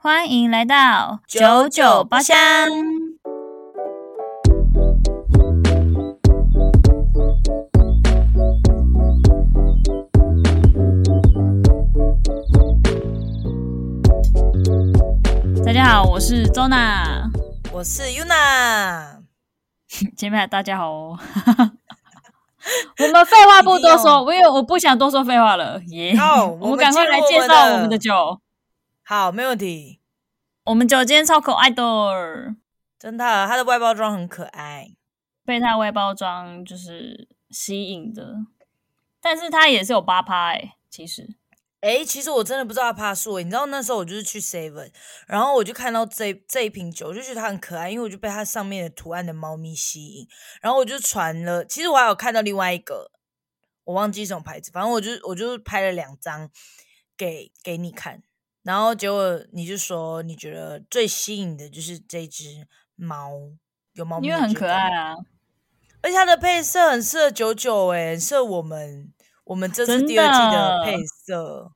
欢迎来到九九包厢。大家好，我是周娜。我是 Yuna。前面还大家好哦。 我们废话不多说，因为我不想多说废话了。耶、好，我我们赶快来进入介绍我们的。酒。好，没问题。我们酒今天超可爱的，真的，它的外包装很可爱。被它外包装就是吸引的，但是它也是有八趴哎，其实诶，其实我真的不知道它趴欸数，你知道那时候我就是去 Seven，然后我就看到这这一瓶酒，我就觉得它很可爱，因为我就被它上面的图案的猫咪吸引，然后我就传了。其实我还有看到另外一个，我忘记什么牌子，反正我就我就拍了两张给给你看，然后结果你就说你觉得最吸引的就是这只猫，有猫咪，因为很可爱，啊，而且它的配色很适合九九，诶，很适合我们我们这次真第二季的的配色。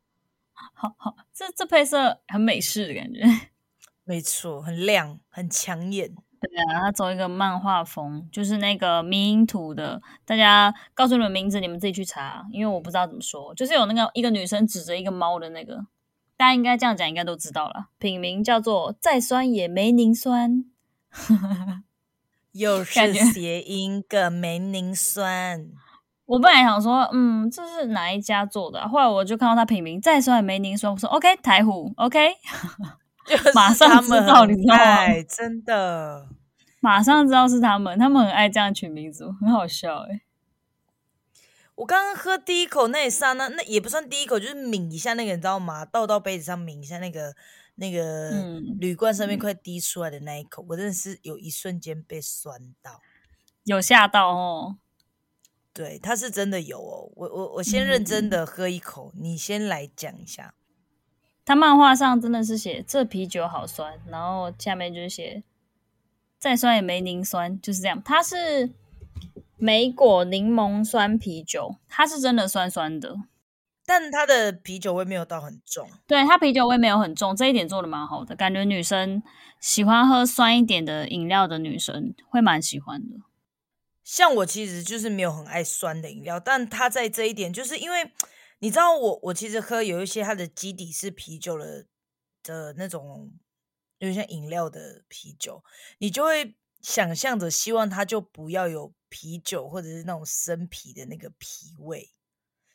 好好，这这配色很美式的感觉。 没错，很亮，很抢眼。对啊，它走一个漫画风，就是那个迷因图的。大家告诉你们名字，你们自己去查，因为我不知道怎么说。就是有那个一个女生指着一个猫的那个，大家应该这样讲，应该都知道了。品名叫做“再酸也没您酸又是感觉谐音梗没 凝酸，”。我本来想说，嗯，这是哪一家做的啊、后来我就看到它品名“再酸也没您酸”，我说 “OK，台虎 OK”， 就是马上他们知道很你知道吗爱真的。马上知道是他们，他们很爱这样取名字，很好笑欸诶、我刚刚喝第一口那一刹那，那也不算第一口，就是抿一下那个，你知道吗？倒到杯子上抿一下那个那个嗯铝罐上面快滴出来的那一口，我真的是有一瞬间被酸到。有吓到哦。对，它是真的有哦。我我我先认真的喝一口，你先来讲一下。他漫画上真的是写这啤酒好酸，然后下面就是写再酸也没柠酸，就是这样。它是莓果柠檬酸啤酒，它是真的酸酸的。但它的啤酒味没有到很重，啊对它啤酒味没有很重，这一点做的蛮好的，感觉女生喜欢喝酸一点的饮料的女生会蛮喜欢的。像我其实就是没有很爱酸的饮料，但它在这一点，就是因为你知道我我其实喝有一些它的基底是啤酒的的那种，有点像饮料的啤酒，你就会想象着希望它就不要有啤酒或者是那种生啤的那个啤味，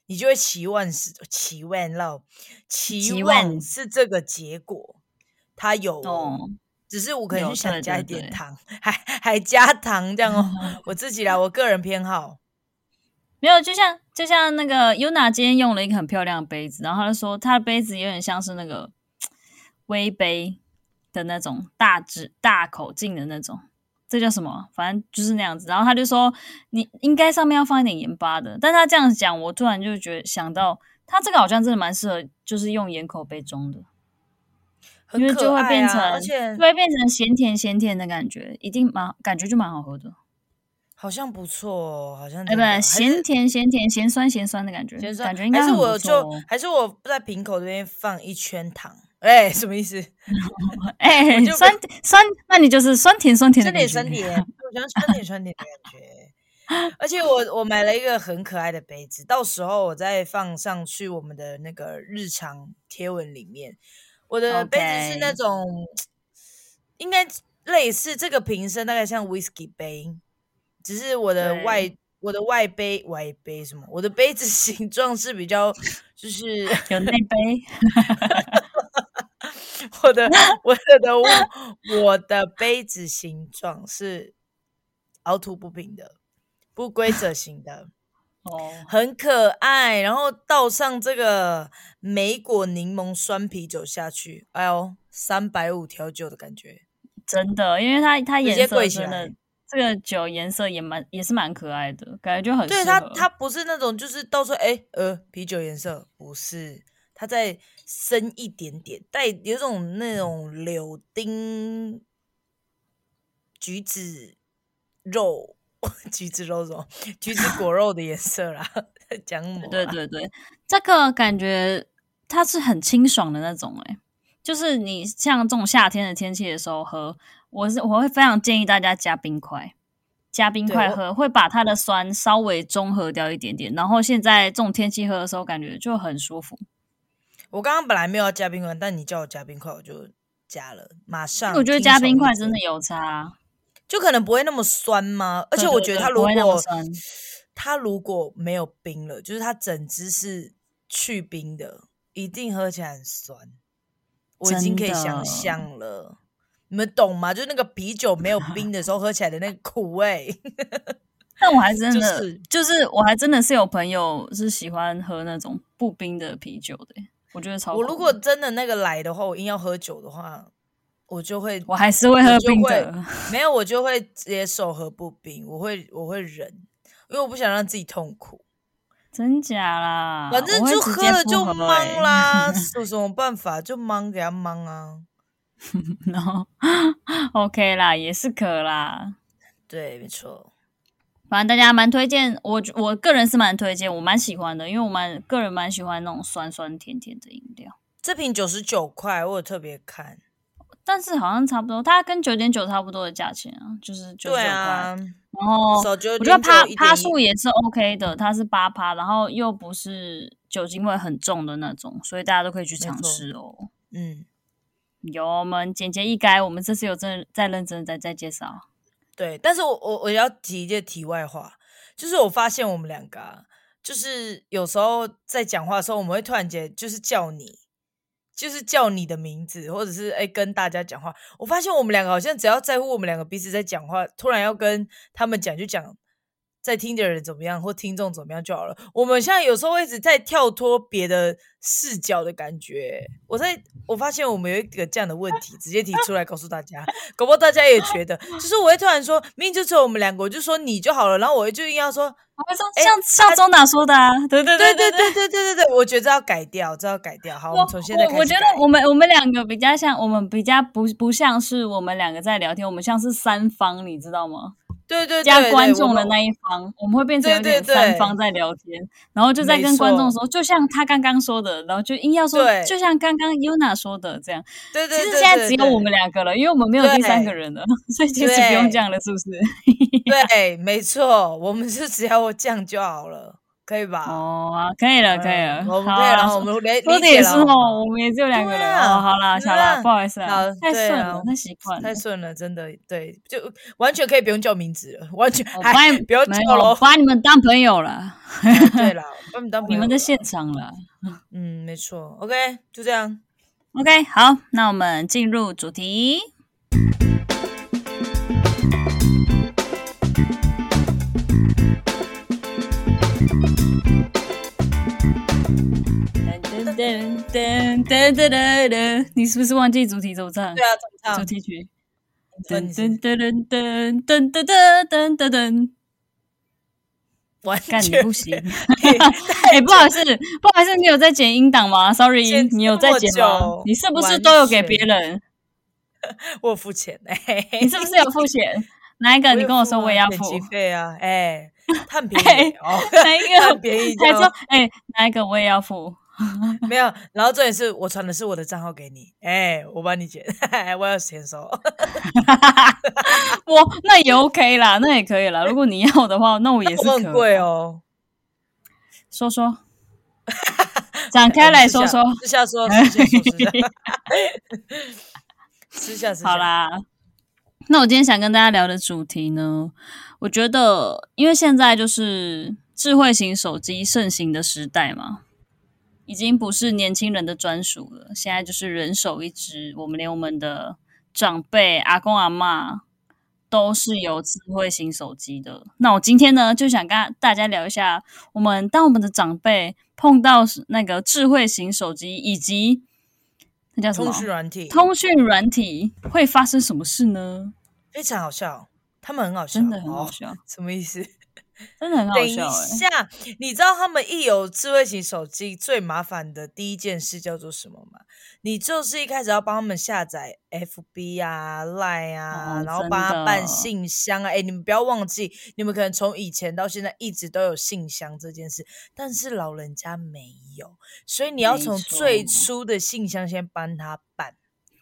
你就会期望是期望到期期望望是这个结果，它有哦哦，只是我可能有就想对加对一点对嗯糖，还 还加糖这样哦。我自己啦，我个人偏好，没有，就像就像那个 Yuna 今天用了一个很漂亮的杯子，然后她就说她的杯子有点像是那个微杯的那种大指大口径的那种，这叫什么？啊反正就是那样子。然后她就说你应该上面要放一点盐巴的，但她这样讲，我突然就觉得想到她这个好像真的蛮适合，就是用盐口杯装的，很因为可就会爱变啊成、而且就会变成咸甜咸甜的感觉，一定蛮感觉就蛮好喝的。好像不错哦，好像哎，真的嗯还不，是咸甜咸甜咸酸咸酸的感觉，先说感觉应该还是很不我错就哦还是我在瓶口这边放一圈糖，哎，什么意思？哎、我就酸酸，那你就是酸甜酸甜的酸感点觉。 酸点，我喜欢酸点酸点的感觉。而且我我买了一个很可爱的杯子，到时候我再放上去我们的那个日常贴文里面。我的杯子是那 OK 种应该类似这个瓶身，大概像 whisky 杯，只是我的对外我的外杯外杯什么，我的杯子 形状是比较就是有 内杯，我的我的的我我的杯子形状是凹凸不平的，不规则型的，哦，很可爱。然后倒上这个莓果柠檬酸啤酒下去，哎呦，三百五调酒的感觉。真的，因为它它直接颜色跪起真的来，这个酒颜色也蛮也是蛮可爱的，感觉就很对适它，合它不是那种就是到时候哎呃啤酒颜色不是，它再深一点点，带有种那种柳丁、橘子肉、 橘子肉是什么？橘子果肉的颜色啦， 在讲什么啊？对对对，这个感觉它是很清爽的那种、欸，哎，就是你像这种夏天的天气的时候喝，我是我会非常建议大家加冰块，加冰块对喝会把它的酸稍微中和掉一点点。然后现在这种天气喝的时候，感觉就很舒服。我刚刚本来没有要加冰块，但你叫我加冰块，我就加了，马上。我觉得加冰块真的。的有差，就可能不会那么酸吗？而对且我对觉得对它不如会那么果酸它如果没有冰了，就是它整只是去冰的，一定喝起来很酸。我已经可以想象了，你们懂吗？就是那个啤酒没有冰的时候喝起来的那个苦 味。但我还真的就是就是我还真的是有朋友是喜欢喝那种不冰的啤酒的、欸我觉得超酷我的。如果真的那个来的话，我硬要喝酒的话，我就会我还是会喝我就冰会的，没有，我就会接受喝不冰，我会我会忍，因为我不想让自己痛苦。真假啦？反正啊我会就直喝接了不就喝懵欸啦，有什么办法？就懵给他懵啊。 然后 OK 啦，也是可啦。对，没错。反正大家蛮推荐，我我个人是蛮推荐，我蛮喜欢的，因为我蛮个人蛮喜欢那种酸酸甜甜的饮料。这瓶九十九块，我有特别看。但是好像差不多，它跟九点九差不多的价钱啊，就是九九对块。啊，然后手九我觉得趴一趴点数也是 OK 的，它是八趴，然后又不是酒精味很重的那种，所以大家都可以去尝试哦。嗯，有，我们简洁易改，我们这次有真的再认真再再介绍。对。但是我我我要提一件题外话，就是我发现我们两个、啊，就是有时候在讲话的时候，我们会突然间就是叫你。就是叫你的名字，或者是哎、跟大家讲话。我发现我们两个好像只要在乎我们两个彼此在讲话，突然要跟他们讲就讲在听的人怎么样或听众怎么样就好了。我们现在有时候一直在跳脱别的视角的感觉。我在我发现我们有一个这样的问题，直接提出来告诉大家，搞不好大家也觉得，就是我会突然说，明明就只有我们两个，我就说你就好了，然后我就硬要说我会说哎像像钟达说的啊，对对对对对对对对对对，我觉得这要改掉，这要改掉。好，我我们从现在开始我我觉改得我们我们两个比较像，我们比较不不像是我们两个在聊天，我们像是三方，你知道吗？对对对加对观我众的们那一方，我们会变成有对对点对三方在聊天，然后就在没跟错观众说，就像他刚刚说的，然后就硬要说对，就像刚刚 Yuna 说的这样。对对其对，实现在对只有对我们两个了，因为我们没有第三个人了， 所以其实不用这样了，是不是？对，没错，我们就只要这样就好了，可以吧？哦，啊可以了，嗯可以了，我们好可以啊了，我们理说理的也解是了，哦，我们也只有两个人对啊哦。好啦，对小啊啦，不好意思啊好，太顺对了啊，太习惯了太。顺了，真的，对，就完全可以不用叫名字了，完全我还把你哎不要哦没叫有，我喽。把你们当朋友了，对啦，把你当朋你们友的了现场了。嗯，没错，OK，就这样。 OK，好，那我们进入主题。噔噔噔噔噔噔噔噔，你是不是忘记主题怎么唱对？啊，怎么主唱？题曲。你噔说你噔噔噔噔噔噔噔噔噔，完干你全不 行！嘿 哎，不好意思，不好意思，你有在剪音档吗？Sorry，剪你有这在么剪吗久？你是不是完都有给全别人？我付钱哎，嘿嘿你是不是有付钱？哪一个？你跟我说我也要付啊付剪。辑费啊，哎，探便宜嘿哦， 哪一探个？便宜还就说哎、哪一个我也要付？没有，然后重点是我传的是我的账号给你，哎、我帮你剪， 我要钱收。我那也 OK 啦，那也可以啦。如果你要的话，那我也是我可以很贵哦。说 说，展开啊来说说。私下说，私下说，私下说 私下私下。好，啦，那我今天想跟大家聊的主题呢，我觉得因为现在就是智慧型手机盛行的时代嘛，已经不是年轻人的专属了，现在就是人手一只，我们连我们的长辈、阿公阿妈。都是有智慧型手机的。那我今天呢，就想跟大家聊一下，我们当我们的长辈碰到那个智慧型手机以及那叫什么啊通讯软体通讯软体会发生什么事呢？非常好笑，他们很好笑，真的很好哦，笑。什么意思？真的很好等一笑哎、下，你知道他们一有智慧型手机最麻烦的第一件事叫做什么吗？你就是一开始要帮他们下载 FB 啊、Line 啊，哦然后真帮他办的信箱啊。哎，你们不要忘记，你们可能从以前到现在一直都有信箱这件事，但是老人家没有，所以你要没从最错初的信箱先帮他办。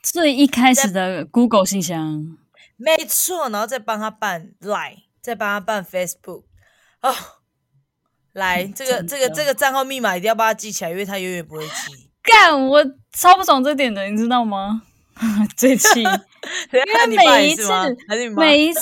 最一开始的 Google 信箱，没错，然后再帮他办 Line，再帮他办 Facebook，哦，来，这个真这个的这个账号密码一定要帮他记起来，因为他永远不会记。干我超不爽这点的，你知道吗？ 最气。 因因为每一次还是你妈每一次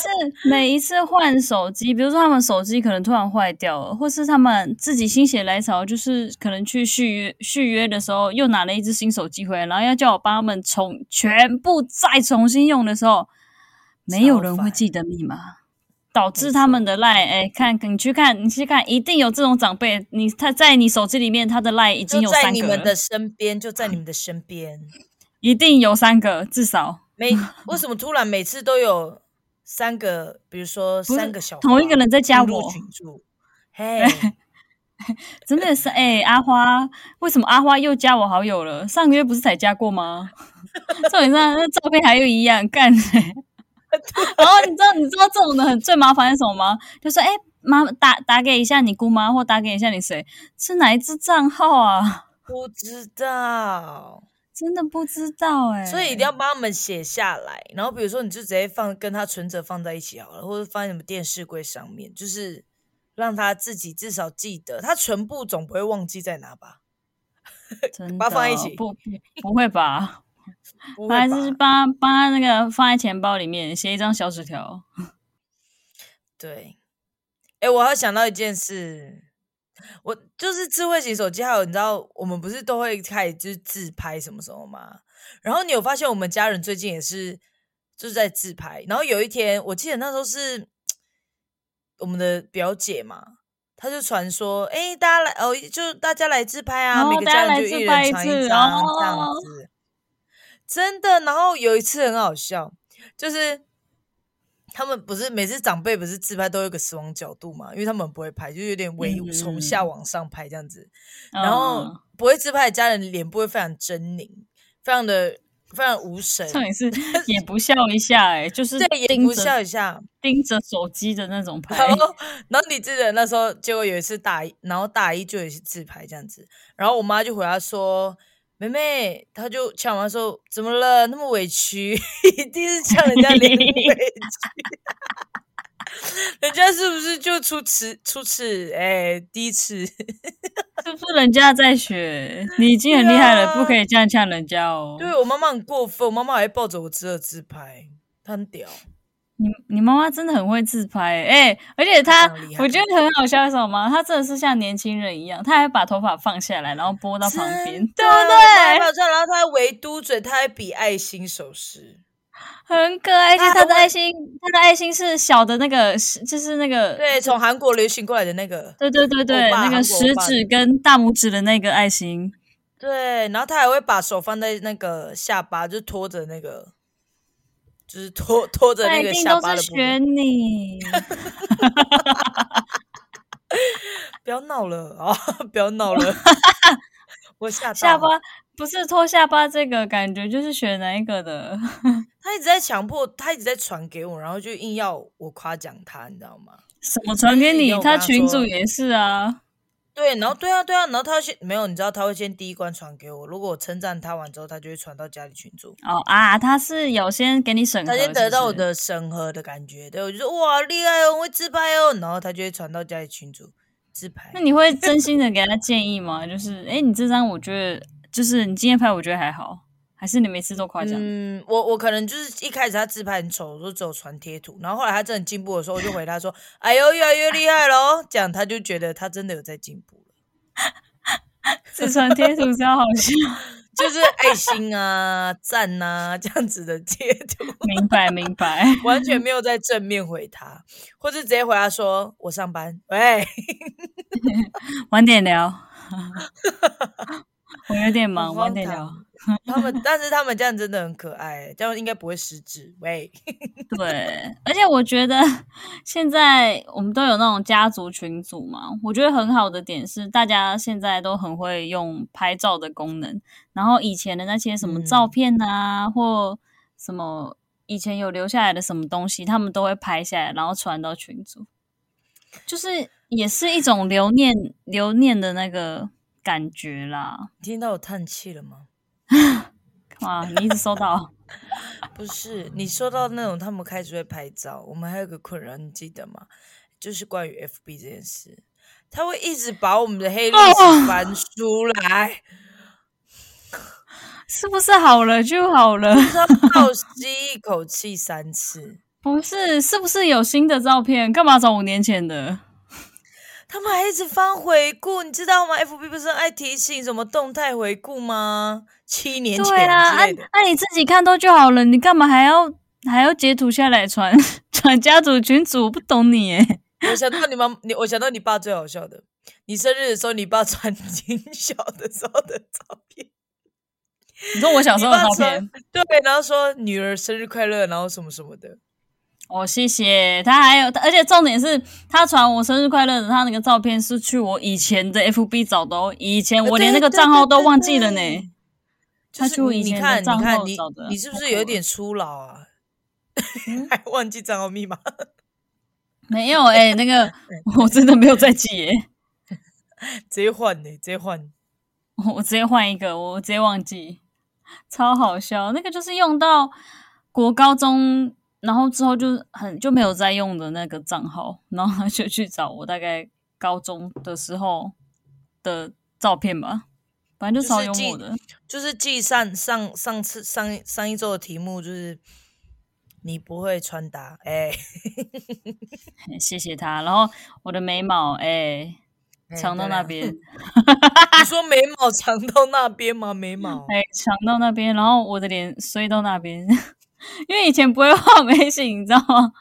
每一次换手机，比如说他们手机可能突然坏掉了，或是他们自己心血来潮，就是可能去续约续约的时候又拿了一只新手机回来，然后要叫我帮他们重全部再重新用的时候，没有人超会烦记得密码，导没致错他们的赖哎，看你去看你去看，一定有这种长辈，你他在你手机里面他的赖已经就有在三你个们了的，身边，就在你们的身 边。一定有三个至少。每为什么突然每次都有三个，比如说不是三个小同一花个人在加进入我群组， 嘿，真的是哎、阿花，为什么阿花又加我好友了？上个月不是才加过吗？ 重点是她那照片还又一样，干、欸！ 然后你知道你知道这种的很最麻烦是什么吗？就说哎、欸妈打打给一下你姑妈或打给一下你谁是哪一支账号啊？ 不知道。真的不知道哎、所以一定要帮他们写下来，然后比如说你就直接放跟他存折放在一起好了，或者放在你们电视柜上面，就是让他自己至少记得，他存部总不会忘记在哪吧？真的把它放一起不不不会吧？不他会还吧？是把把那个放在钱包里面写一张小纸条。对，哎、我还有想到一件事，我就是智慧型手机，还有你知道我们不是都会开始就是自拍什么什么吗？然后你有发现我们家人最近也是就是在自拍，然后有一天我记得那时候是我们的表姐嘛。她就传说，哎、大家来哦，就大家来自拍啊，哦每个大家家人来就一自拍人一传次一张、这哦样子，真的。然后有一次很好笑，就是他们不是每次长辈不是自拍都有个死亡角度嘛，因为他们不会拍，就有点微嗯从下往上拍这样子。然嗯然后不会自拍的家人脸部会非常狰狞，非常的非常无神，重 点是也不笑一下、欸，哎，就是对，也盯不着笑一下。盯着手机的那种拍，然后，然后你记得那时候，结果有一次大一，然后大一就有一次自拍这样子，然后我妈就回她说：“妹妹，她就呛完说怎么了？那么委屈， 一定是呛人家脸部委屈， 人家是不是就出耻出耻？哎、低耻，是不是人家在 学？你已经很厉害了，对啊不可以这样呛人家哦。对啊我妈妈很过分，我妈妈还抱着我侄儿自拍，她很屌。”你你妈妈真的很会自拍、欸，哎、而且她非常厉害我觉得很好笑，是什么吗？她真的是像年轻人一样，她还把头发放下来，然后拨到旁边，对不对？对？没有错，然后他还围嘟嘴，他还比爱心手势，很可爱，而且她她的还爱心，她的爱心是小的那个，是就是那个，对，从韩国流行过来的那个，对对对对，欧巴那个韩国欧食巴指跟大拇指的那个爱心，对，然后他还会把手放在那个下巴，就拖着那个，就是拖拖着她那一个定下都巴的是部学分。你。不要闹了啊！不要闹 了，我吓到下了巴不是脱下巴这个感觉，就是选哪一个的。 他一直在强迫，他一直在传给我，然后就硬要我夸奖他，你知道吗？什么传给你有？我他跟他群说主也是啊，对，然后对啊，对啊，然后他先没有，你知道他会先第一关传给我，如果我称赞他完之后，他就会传到家里群组。哦啊，他是有先给你审核，他先得到我是不是的审核的感觉，对我就说哇厉害哦，我会自拍哦，然后他就会传到家里群组自拍那。你会真心的给他建议吗？就是，哎，你这张我觉得，就是你今天拍我觉得还好，还是你每次都夸奖？嗯，我我可能就是一开始他自拍很丑，我就只有传贴图，然后后来他真的进步的时候，我就回他说：“哎呦，越来越厉害喽！”这样他就觉得他真的有在进步了，自传贴图超好 笑，就是爱心啊、 赞啊这样子的贴 图，明白明白。完全没有在正面回他，或是直接回他说：“我上班。”喂，晚点聊，我有点忙， 很晚荒点聊唐。他们，但是他们这样真的很可爱，这样应该不会失智。喂， 对，而且我觉得现在我们都有那种家族群组嘛，我觉得很好的点是，大家现在都很会用拍照的功能，然后以前的那些什么嗯照片啊，或什么以前有留下来的什么东西，他们都会拍下来，然后传到群组，就是也是一种留念留念的那个感觉啦。听到我叹气了吗？哇，你一直收到。 不是，你说到那种他们开始会拍照，我们还有个困扰，你记得吗？就是关于 FB 这件事，他会一直把我们的黑历哦史翻出来，是不是好了就好了？就是他倒吸一口气三次。不是，是不是有新的照片？干嘛找五年前的？他们还一直翻回顾，你知道吗？FB 不是很爱提醒什么动态回顾吗？七年前对啊，之按类的，按你自己看到就好了，你干嘛还要还要截图下来传 传家族群组？我不懂你耶。我想到你妈，你我想到你爸最好笑的，你生日的时候，你爸传 你小的时候的照片，你说我小时候的照片你，对，然后说女儿生日快乐，然后什么什么的，哦，谢谢他，还有，而且重点是他传我生日快乐的他那个照片是去我以前的 FB 找的哦，以前我连那个账号都忘记了呃对对对呢。就他是去我以你前的看，账你看号你找的你是不太是酷有了嗯点初老啊？ 还忘记账号密码？没有哎、那个 我真的没有在记耶、直接换呢、直接换。 我直接换一个，我直接忘记，超好笑。那个就是用到国高中，然后之后就很就没有再用的那个账号，然后他就去找我大概高中的时候的照片吧，反正就超幽默的。就是记上上上次上上一周的题目，就是你不会穿搭，哎、嘿谢谢他。然后我的眉毛，哎、哎长到对那啊边，你说眉毛长到那边吗？眉毛哎、长到那边，然后我的脸衰到那边， 因为以前不会画眉形，你知道吗？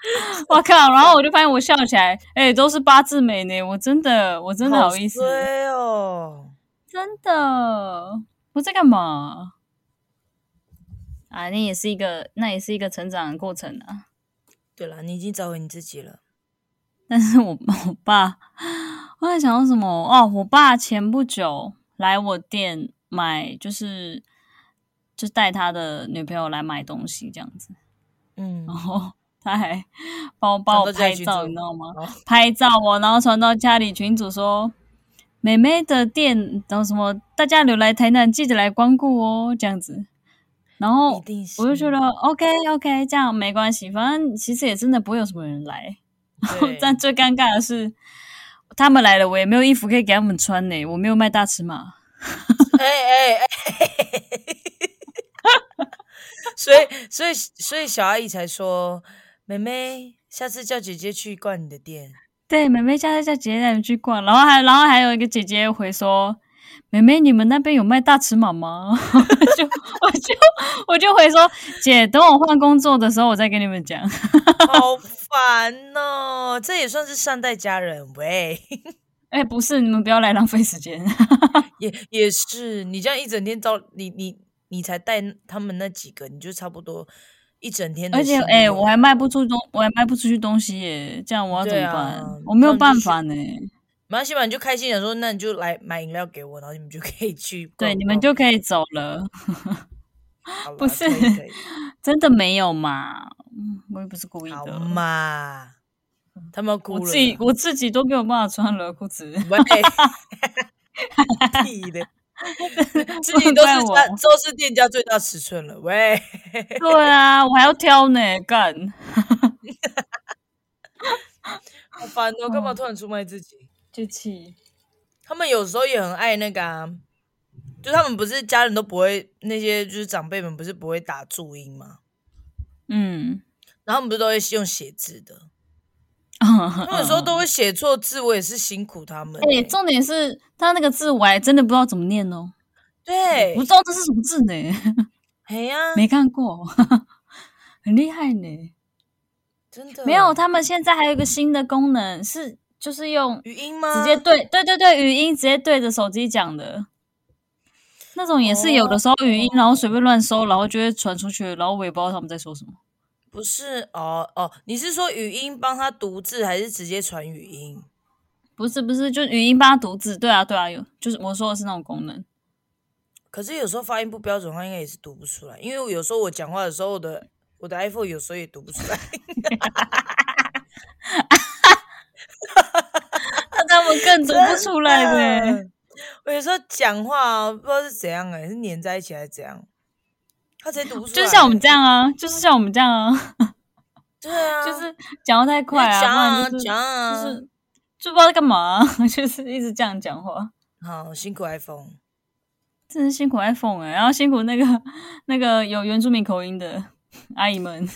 我靠！然后我就发现我笑起来，哎、都是八字眉呢，我真的，我真的好意思，衰哦。真的，我在干嘛？啊，那也是一个，那也是一个成长的过程啊。对了，你已经找回你自己了。但是我我爸，我在想到什么哦？我爸前不久来我店买，就是就带他的女朋友来买东西这样子。嗯然，后他还帮我帮我传拍到家里群照，组你知道吗哦？拍照哦，然后传到家里群主说，妹妹的店，然后什么，大家留来台南记得来光顾哦，这样子。然一后定是。哦我就觉得 OK OK，这样没关系，反正其实也真的不会有什么人来。对， 但最尴尬的是，他们来了，我也没有衣服可以给他们穿呢，我没有卖大尺码。哎哎 哎，所以所以所以小阿姨才说，妹妹，下次叫姐姐去逛你的店。对，妹妹家叫姐姐带你去逛，然后还然后还有一个姐姐回说：“妹妹，你们那边有卖大尺码吗？” 就我就我就回说：“姐，等我换工作的时候，我再跟你们讲。 好烦哦，这也算是善待家人喂，”哎，不是，你们不要来浪费时间。也也是，你这样一整天招你你你才带他们那几个，你就差不多一整天的而且，行为。哎，我还卖不出东，我还卖不出去东西耶，这样我要怎对么啊办？我没有那办你就法呢。马来西亚你就开心想说，那你就来买饮料给我，然后你们就可以去逛逛。对，你们就可以走了。好啦不是可以可以真的没有嘛？嗯，我也不是故意好的。嘛？他们要哭我了，自己我自己都没有办法穿了裤子。喂， 屁的，自己都怪是我家都是店家最大尺寸了，喂。 对啊，我还要挑呢，干。好烦哦！干嘛突然出卖自己？就气。他们有时候也很爱那个啊，就他们不是家人都不会，那些就是长辈们不是不会打注音吗？嗯，然后他们不是都会用写字的，他们他有时候都会写错字，我也是辛苦他们、 嗯哎、欸。重点是他那个字我还真的不知道怎么念哦，对我不，知道这是什么字呢， 哎呀、没看过， 很厉害呢。真的没有，他们现在还有一个新的功能是，就是用语音吗？直接对对对对语音直接对着手机讲的，那种也是有哦的时候语音，然后随便乱搜，然后就会传出去，然后我也不知道他们在说什么。不是哦哦，你是说语音帮他读字，还是直接传语音？不是不是，就语音帮他读字，对啊对啊，有就是我说的是那种功能。可是有时候发音不标准，他应该也是读不出来，因为有时候我讲话的时候，我的我的 iPhone 有时候也读不出来。那他们更读不出来呗、嗯我有时候讲话啊不知道是怎样哎、是粘在一起还是怎样，他才读不出来。就像我们这，样啊，就是像我们这样啊，对啊，就是讲话太快啊，不嗯讲啊然就是讲啊，就是就不知道在干嘛、啊， 就是一直这样讲话。好辛苦 iPhone。真是辛苦 iPhone 哎、然后辛苦那个那个有原住民口音的阿姨们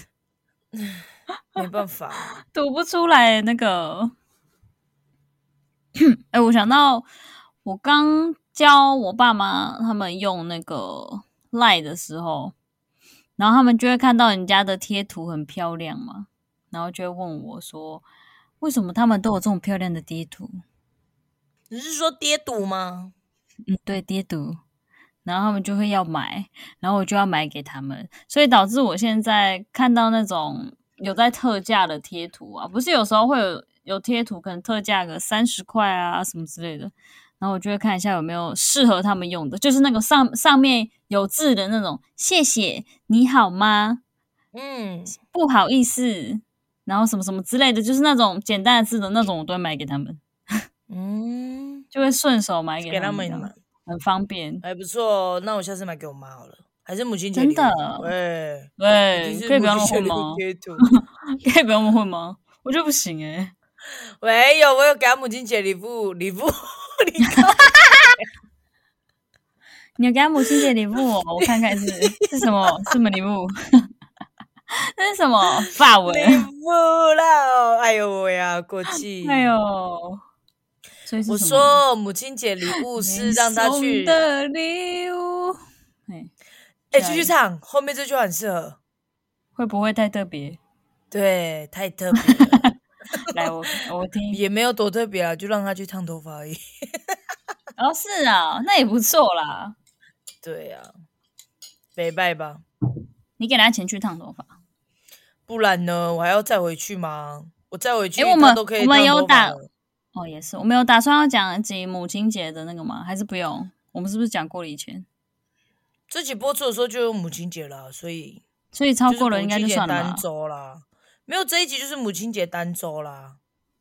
没办法， 读不出来那个。 哎、我想到我刚教我爸妈他们用那个 Line 的时候，然后他们就会看到人家的贴图很漂亮嘛，然后就会问我说，为什么他们都有这种漂亮的贴图？你是说跌堵吗？嗯，对，跌毒，然后他们就会要买，然后我就要买给他们，所以导致我现在看到那种有在特价的贴图啊，不是有时候会有有贴图，可能特价个三十块啊什么之类的，然后我就会看一下有没有适合他们用的，就是那个上上面有字的那种，谢谢，你好吗？嗯，不好意思，然后什么什么之类的，就是那种简单的字的那种，我都会买给他们，嗯，就会顺手买给给他们这样买很方便。还不错哦。那我下次买给我妈好了，还是母亲节真礼物的哦喂，对一定，是可以不要那么母亲混节礼物吗？ 贴图可以不要那么混吗？我觉得不行哎、喂，有我有给她母亲节礼物，礼物，你看，你有给他母亲节礼物、哦，我看看是是什么什么礼物？ 那是什么法文？礼物啦哦！哎呦喂呀，过气！哎，呦，所以是我什么说母亲节礼物是你让她送去，的礼物，哎，哎，继续唱，后面这句话很适合。会不会太特别？对，太特别 了，来，我我听。也没有多特别啦，就让她去烫头发而已。哦，是啊，那也不错啦。对啊呀，拜拜吧，你给他钱去烫头发。不然呢，我还要再回去吗？我再回去，哎我她们都可以我们烫有头发打了哦，也是，我们有打算要讲一集母亲节的那个吗？还是不用？我们是不是讲过了以前？这集播出的时候就有母亲节了，所以所以超就是过了应母该亲就节算了吧单。周啦，没有这一集就是母亲节单周啦。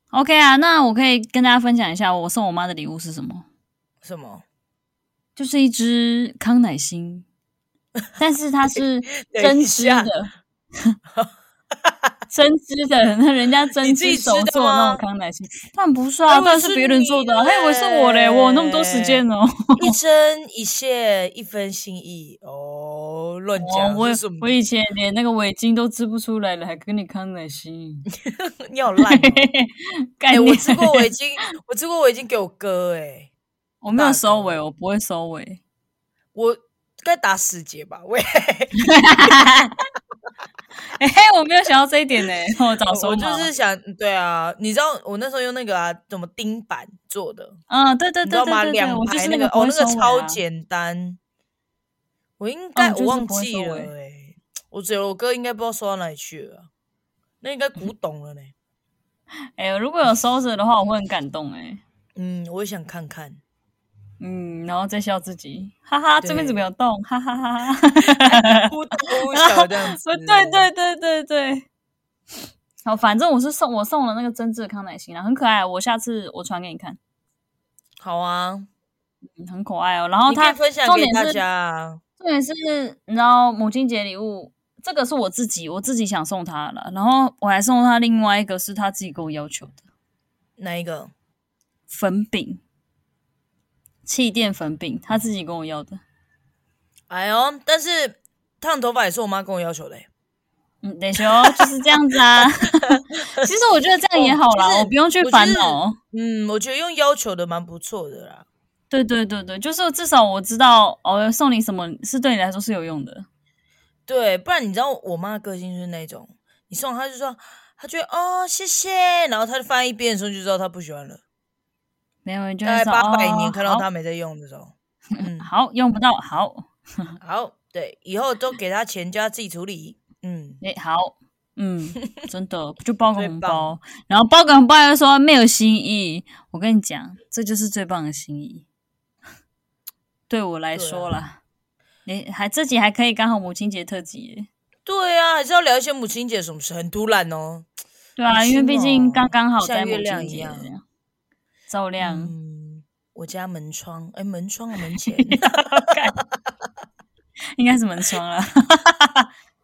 OK 啊，那我可以跟大家分享一下我送我妈的礼物是什么，什么？就是一只康乃馨，但是它是真汁 等一下的，真汁的，那人家真 你自汁己吃手的做的那吗种康乃馨，但不是啊，我以为但是是别人做的啊，你还以为是我嘞，我有那么多时间哦。一针一线，一分心意。哦，乱哦讲，我这是什么我以前连那个围巾都织不出来了，还跟你康乃 馨，你好烂、 哦！哎、概念、我吃过围巾，我吃过围巾给我哥、哎，我没有大收哥尾，我不会收尾。 我该打死结吧？喂，哎、嘿，我没有想到这一点呢、我早收我嘛就是想，对啊，你知道我那时候用那个啊，怎么钉板做的，嗯，对对你对知道对吗？对对，两我就排是那个个，哦，那个不会收尾超啊。简单。我应该、嗯就是我忘不会记收了、尾哎，我觉得我哥应该不知道收到哪里去了，那应该 古董了呢、哎、如果有收着的话，我会很感动哎、嗯，我也想 看看。嗯，然后再笑自己，哈哈，这边对怎么有洞？哈哈 哈哈！忽大忽小这样子。 对对对对对。好，反正我是送我送了那个真挚的康乃馨啊啦，很可爱。我下次我传给你看，好啊，嗯，很可爱哦。然后你可它以分享重给点大是家啊。重点是，你知道母亲节礼物这个是我自己我自己想送他了，然后我还送他另外一个是他自己给我要求的哪一个？粉饼，气垫粉饼，他自己跟我要的。哎呦，但是烫头发也是我妈跟我要求的、欸。嗯，得修就是这样子 啊。其实我觉得这样也好啦，哦就是我不用去我觉得烦恼。嗯，我觉得用要求的蛮不错的啦。对对对对，就是至少我知道哦，送你什么是对你来说是有用的。对，不然你知道我妈的个性是那种，你送她就说，她觉得哦谢谢，然后她就放在一边的时候就知道她不喜欢了。没有，你就大会概说八百年哦看到好她没在用的时候，嗯，好，用不到，好，好，对，以后都给他钱，叫他自己处理。嗯，哎、好， 嗯，真的就包个最红棒包，然后包个红包又说没有新意，我跟你讲，这就是最棒的心意，对我来对啊说啦，啊你、还自己还可以刚好母亲节特辑耶，对啊，还是要聊一些母亲节什么事，很突然哦。对啊，好因为凶毕竟哦刚刚好像在母月亮亲一节样这样，照亮。嗯，我家门窗，哎，门窗啊，门前，应该是门窗了，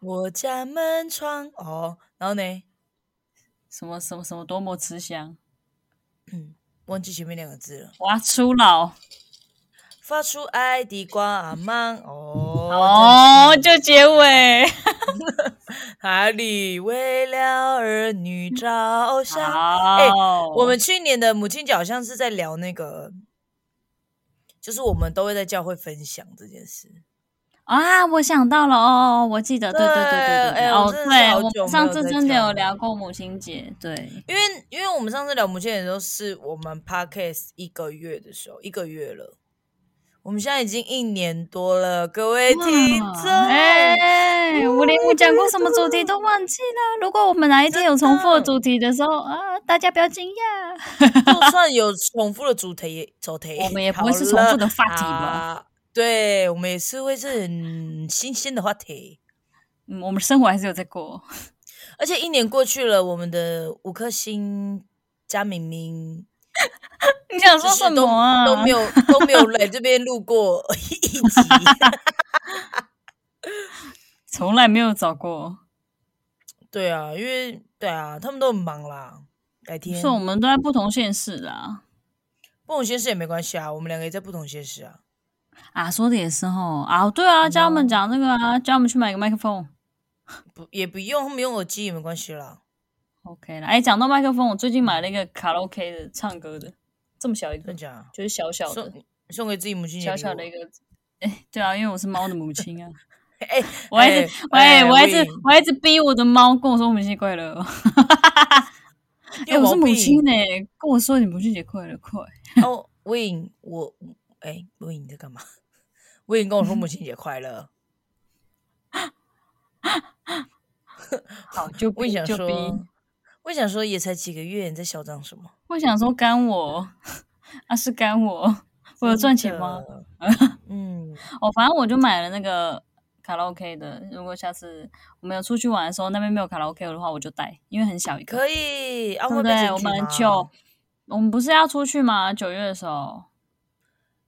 我家门窗哦，然后呢， 什么什么什么多么慈祥，忘记前面两个字了，哇，初老发出爱的光芒哦，哦，就结尾，海里为了儿女着想。好，我们去年的母亲节好像是在聊那个，就是我们都会在教会分享这件事。啊，我想到了哦，我记得，对对对对对哎对，我哦，真的是对，好我久们没上有次在真的讲有了聊过母亲节，对，因为因为我们上次聊母亲节的时候，是我们 podcast 一个月的时候，一个月了。我们现在已经一年多了，各位听哇众，哎，我连我讲过什么主题都忘记了。如果我们哪一天有重复的真的主题的时候啊，大家不要惊讶。就算有重复的主题，主题我们也不会是重复的话题吧好哎了啊对，我们也是会是很新鲜的话题。嗯，我们生活还是有在 过，而且一年过去了，我们的五颗星加明明你想就说是什都么啊？都没有都没有来这边录过一集， 从来没有找过。对啊，因为对啊，他们都很忙啦。改天，是我们都在不同县市啦。不同县市也没关系啊，我们两个也在不同县市啊。啊，说的也是哦。啊，对啊，叫他们讲那个啊，叫他们去买个麦克风。不也不用，他们用耳机也没关系啦。 OK 啦，哎，讲到麦克风，我最近买了一个卡拉 OK 的唱歌的，这么小一个真，假？就是小小的，送送给自己母亲节礼小物，小的一个。哎，对啊，因为我是猫的母亲啊，哎、我还哎是，我还哎我还是 Win，我还是逼我的猫跟我说母亲节快乐哦。你哎，有我毛是病母亲呢，跟我说你母亲节快乐，快。哦。Win，我哎、Win 你在干嘛？Win 跟我说母亲节快乐。好，就我也逼想就逼。说，我也想说，也才几个月，你在嚣张什么？我想说干我啊，是干我，我有赚钱吗？真的？嗯，哦，反正我就买了那个卡拉 OK 的。如果下次我们有出去玩的时候，那边没有卡拉 OK 的话，我就带，因为很小一个，可以啊，对不会被对？检我举们吗就我们不是要出去吗？九月的时候，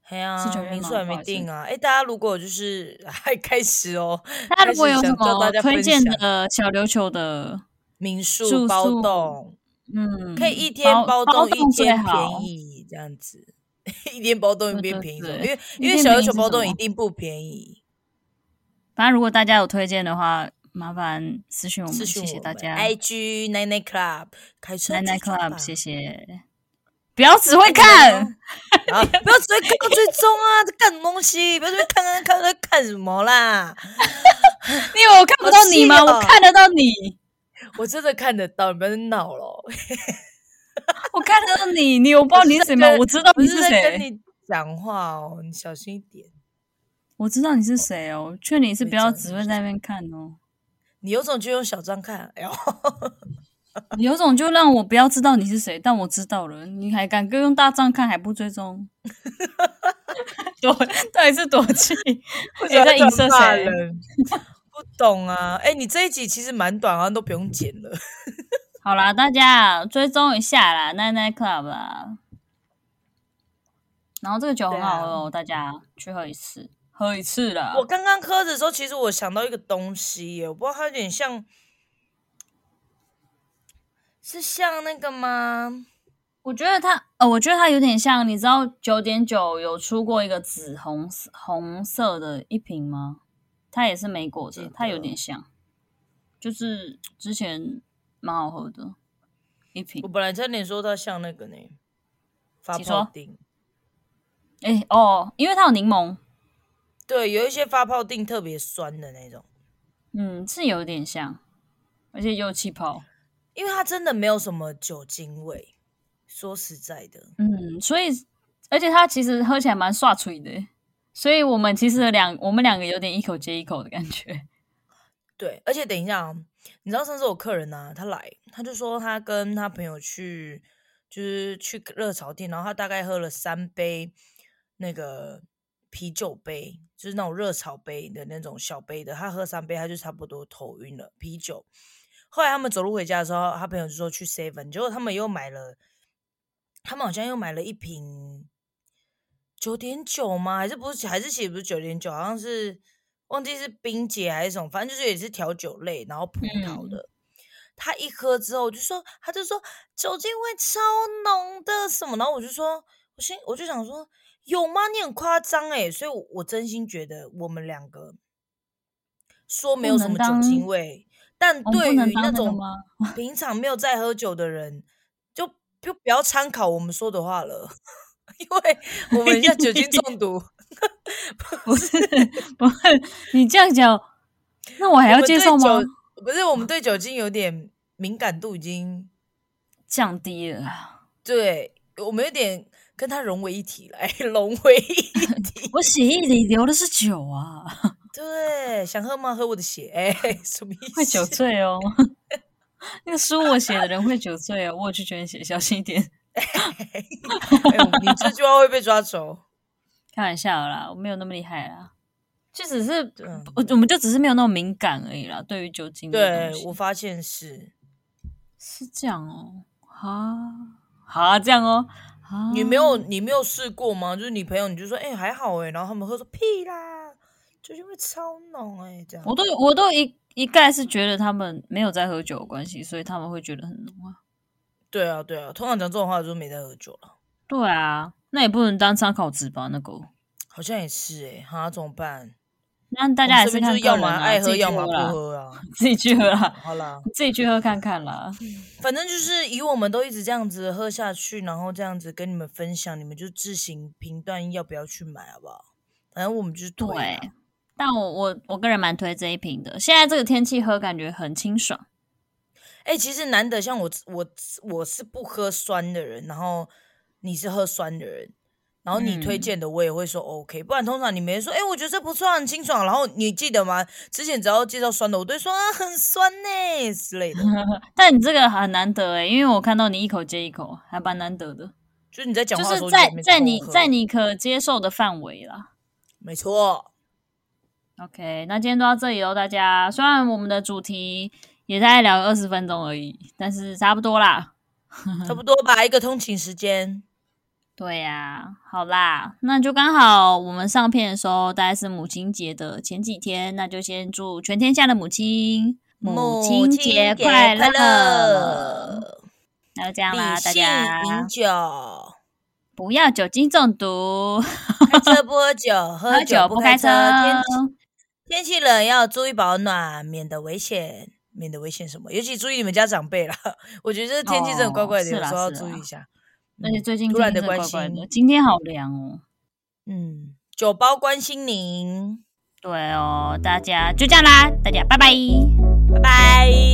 嘿啊，是九月民吗宿还不好没意思定啊。哎，大家如果就是 还开始哦，大家如果有开始什想叫大么家推荐分享的小琉球的，民住宿宿包栋，嗯，可以一天包栋，栋一最天好便宜这样子， 一天包栋一对对天便宜什对么，因为一因为天小便琉宜球是包什栋么一定不便宜。反正如果大家有推荐的话，麻烦私信我们，私讯嗯谢我谢大们家。 IG 奶奶 Club 开车奶奶出去 club，吧谢谢。不要只会看。看， 啊，不要只会看追踪啊，在干什么东西？不要只会看看看在看什么啦？你以为我看不到你吗？好气哦我看得到你，我真的看得到，你不要再闹了哦。我看得到你，你我不知道你是谁吗？我我知是在跟道不你是是在跟谁，你讲话哦，你小心一点。我知道你是谁哦。我劝你是不要我也知只道会在那边看哦。你有种就用小张看，哎呦，你有种就让我不要知道你是谁，但我知道了，你还敢跟用大账看，还不追踪？ 躲，到底是躲气？ 我你在影射谁？人？不懂啊，哎、你这一集其实蛮短，好啊像都不用剪了。好啦，大家追踪一下啦，奈奈 club 啦。然后这个酒很好喝哦，大家去喝一次，喝一次啦。我刚刚喝的时候，其实我想到一个东西耶，我不知道它有点像，是像那个吗？我觉得它，呃，我觉得它有点像，你知道九点九有出过一个紫红色红色的一瓶吗？它也是梅果记的得，它有点像，就是之前蛮好喝的一瓶我。本来差点说它像那个呢，发你泡说定。哎、哦，因为它有柠檬，对，有一些发泡定特别酸的那种，嗯，是有点像，而且也有气泡，因为它真的没有什么酒精味。说实在的，嗯，所以而且它其实喝起来蛮刷嘴的，所以我们其实两我们两个有点一口接一口的感觉。对，而且等一下啊，你知道上次我客人呢、他来，他就说他跟他朋友去，就是去热炒店，然后他大概喝了三杯那个啤酒杯，就是那种热炒杯的那种小杯的，他喝三杯他就差不多头晕了啤酒。后来他们走路回家的时候，他朋友就说去 Seven，结果他们又买了，他们好像又买了一瓶九点九吗？还是不是？还是其实不是九点九，好像是忘记是冰姐还是什么，反正就是也是调酒类，然后葡萄嗯的。他一喝之后，我就说，他就说酒精味超浓的什么，然后我就说，我心我就想说，有吗？你很夸张哎，所以我，我真心觉得我们两个说没不有什能么酒精当味，但我们对哦不能于当那那个种吗 平常没有在喝酒的人，就就不要参考我们说的话了， 因为我们要酒精中毒。不是不是，你这样讲，那 我还要我们接对受吗酒？不 是，我们对酒精有点敏感度已经降低了，对我们有点跟它融为一体了，哎， 融为一体。我血液里流的是酒啊，对，想喝吗？喝我的血， 哎，什么意思？会酒醉哦。 那个书我写的人会酒醉哦，我有去捐血，小心一点。哎呦你这句话会被抓走。开玩笑的啦，我没有那么厉害啦，就只是对啊我我们就只是没有那么敏感而已啦。对于酒精这个对东西，我发现是，是这样哦，啊，好啊，这样哦，啊，你没有你没有试过吗？就是你朋友你就说，哎，还好哎，然后他们喝说屁啦，酒精会超浓哎，这样。我都我都一一概是觉得他们没有在喝酒的关系，所以他们会觉得很浓啊。对啊对啊，通常讲这种话就是没在喝酒了，对啊，那也不能当参考值吧？那个，好像也是哎，哈怎么办？那大家我还是们这看边就是要个人么啊，爱自喝，己去要么喝不啦，喝啊。 自己去喝 啦，好啦，自己去喝看看啦。反正就是以我们都一直这样子喝下去，然后这样子跟你们分享，你们就自行评断要不要去买，好不好？反正我们就是推啊啦对，但我我我个人蛮推这一瓶的。现在这个天气喝，感觉很清爽。 哎、其实难得像我我我是不喝酸的人，然后你是喝酸的人，然后你推嗯荐的我也会说 OK，、不然通常你没说，哎、我觉得这不错啊，很清爽。然后你记得吗？之前只要介绍酸的，我都会说啊很酸呢、之类的，但你这个很难得欸诶、因为我看到你一口接一口，还蛮难得的。就是你在讲就话的时是候在就在你在你你可接受的范围啦。没错， OK，那今天就到这里喽，大家。虽然我们的主题也在聊二十分钟而已，但是差不多啦。嗯差不多吧，一个通勤时间。对呀、好啦，那就刚好我们上片的时候大概是母亲节的前几天，那就先祝全天下的母亲母亲节快乐，那就这样啦，理大性饮家酒，不要酒精中毒，开车不喝酒，喝喝酒不不开车。车。天天气冷要注意保暖，免得危险，免得危险什么？尤其注意你们家长辈啦。 我觉得这天气真的怪怪的，哦有时候要是啦啊注意一下。而且最近突然的天气关怪怪心的，今天好凉哦。嗯，酒包关心您，对哦，大家就这样啦，大家拜拜。拜拜。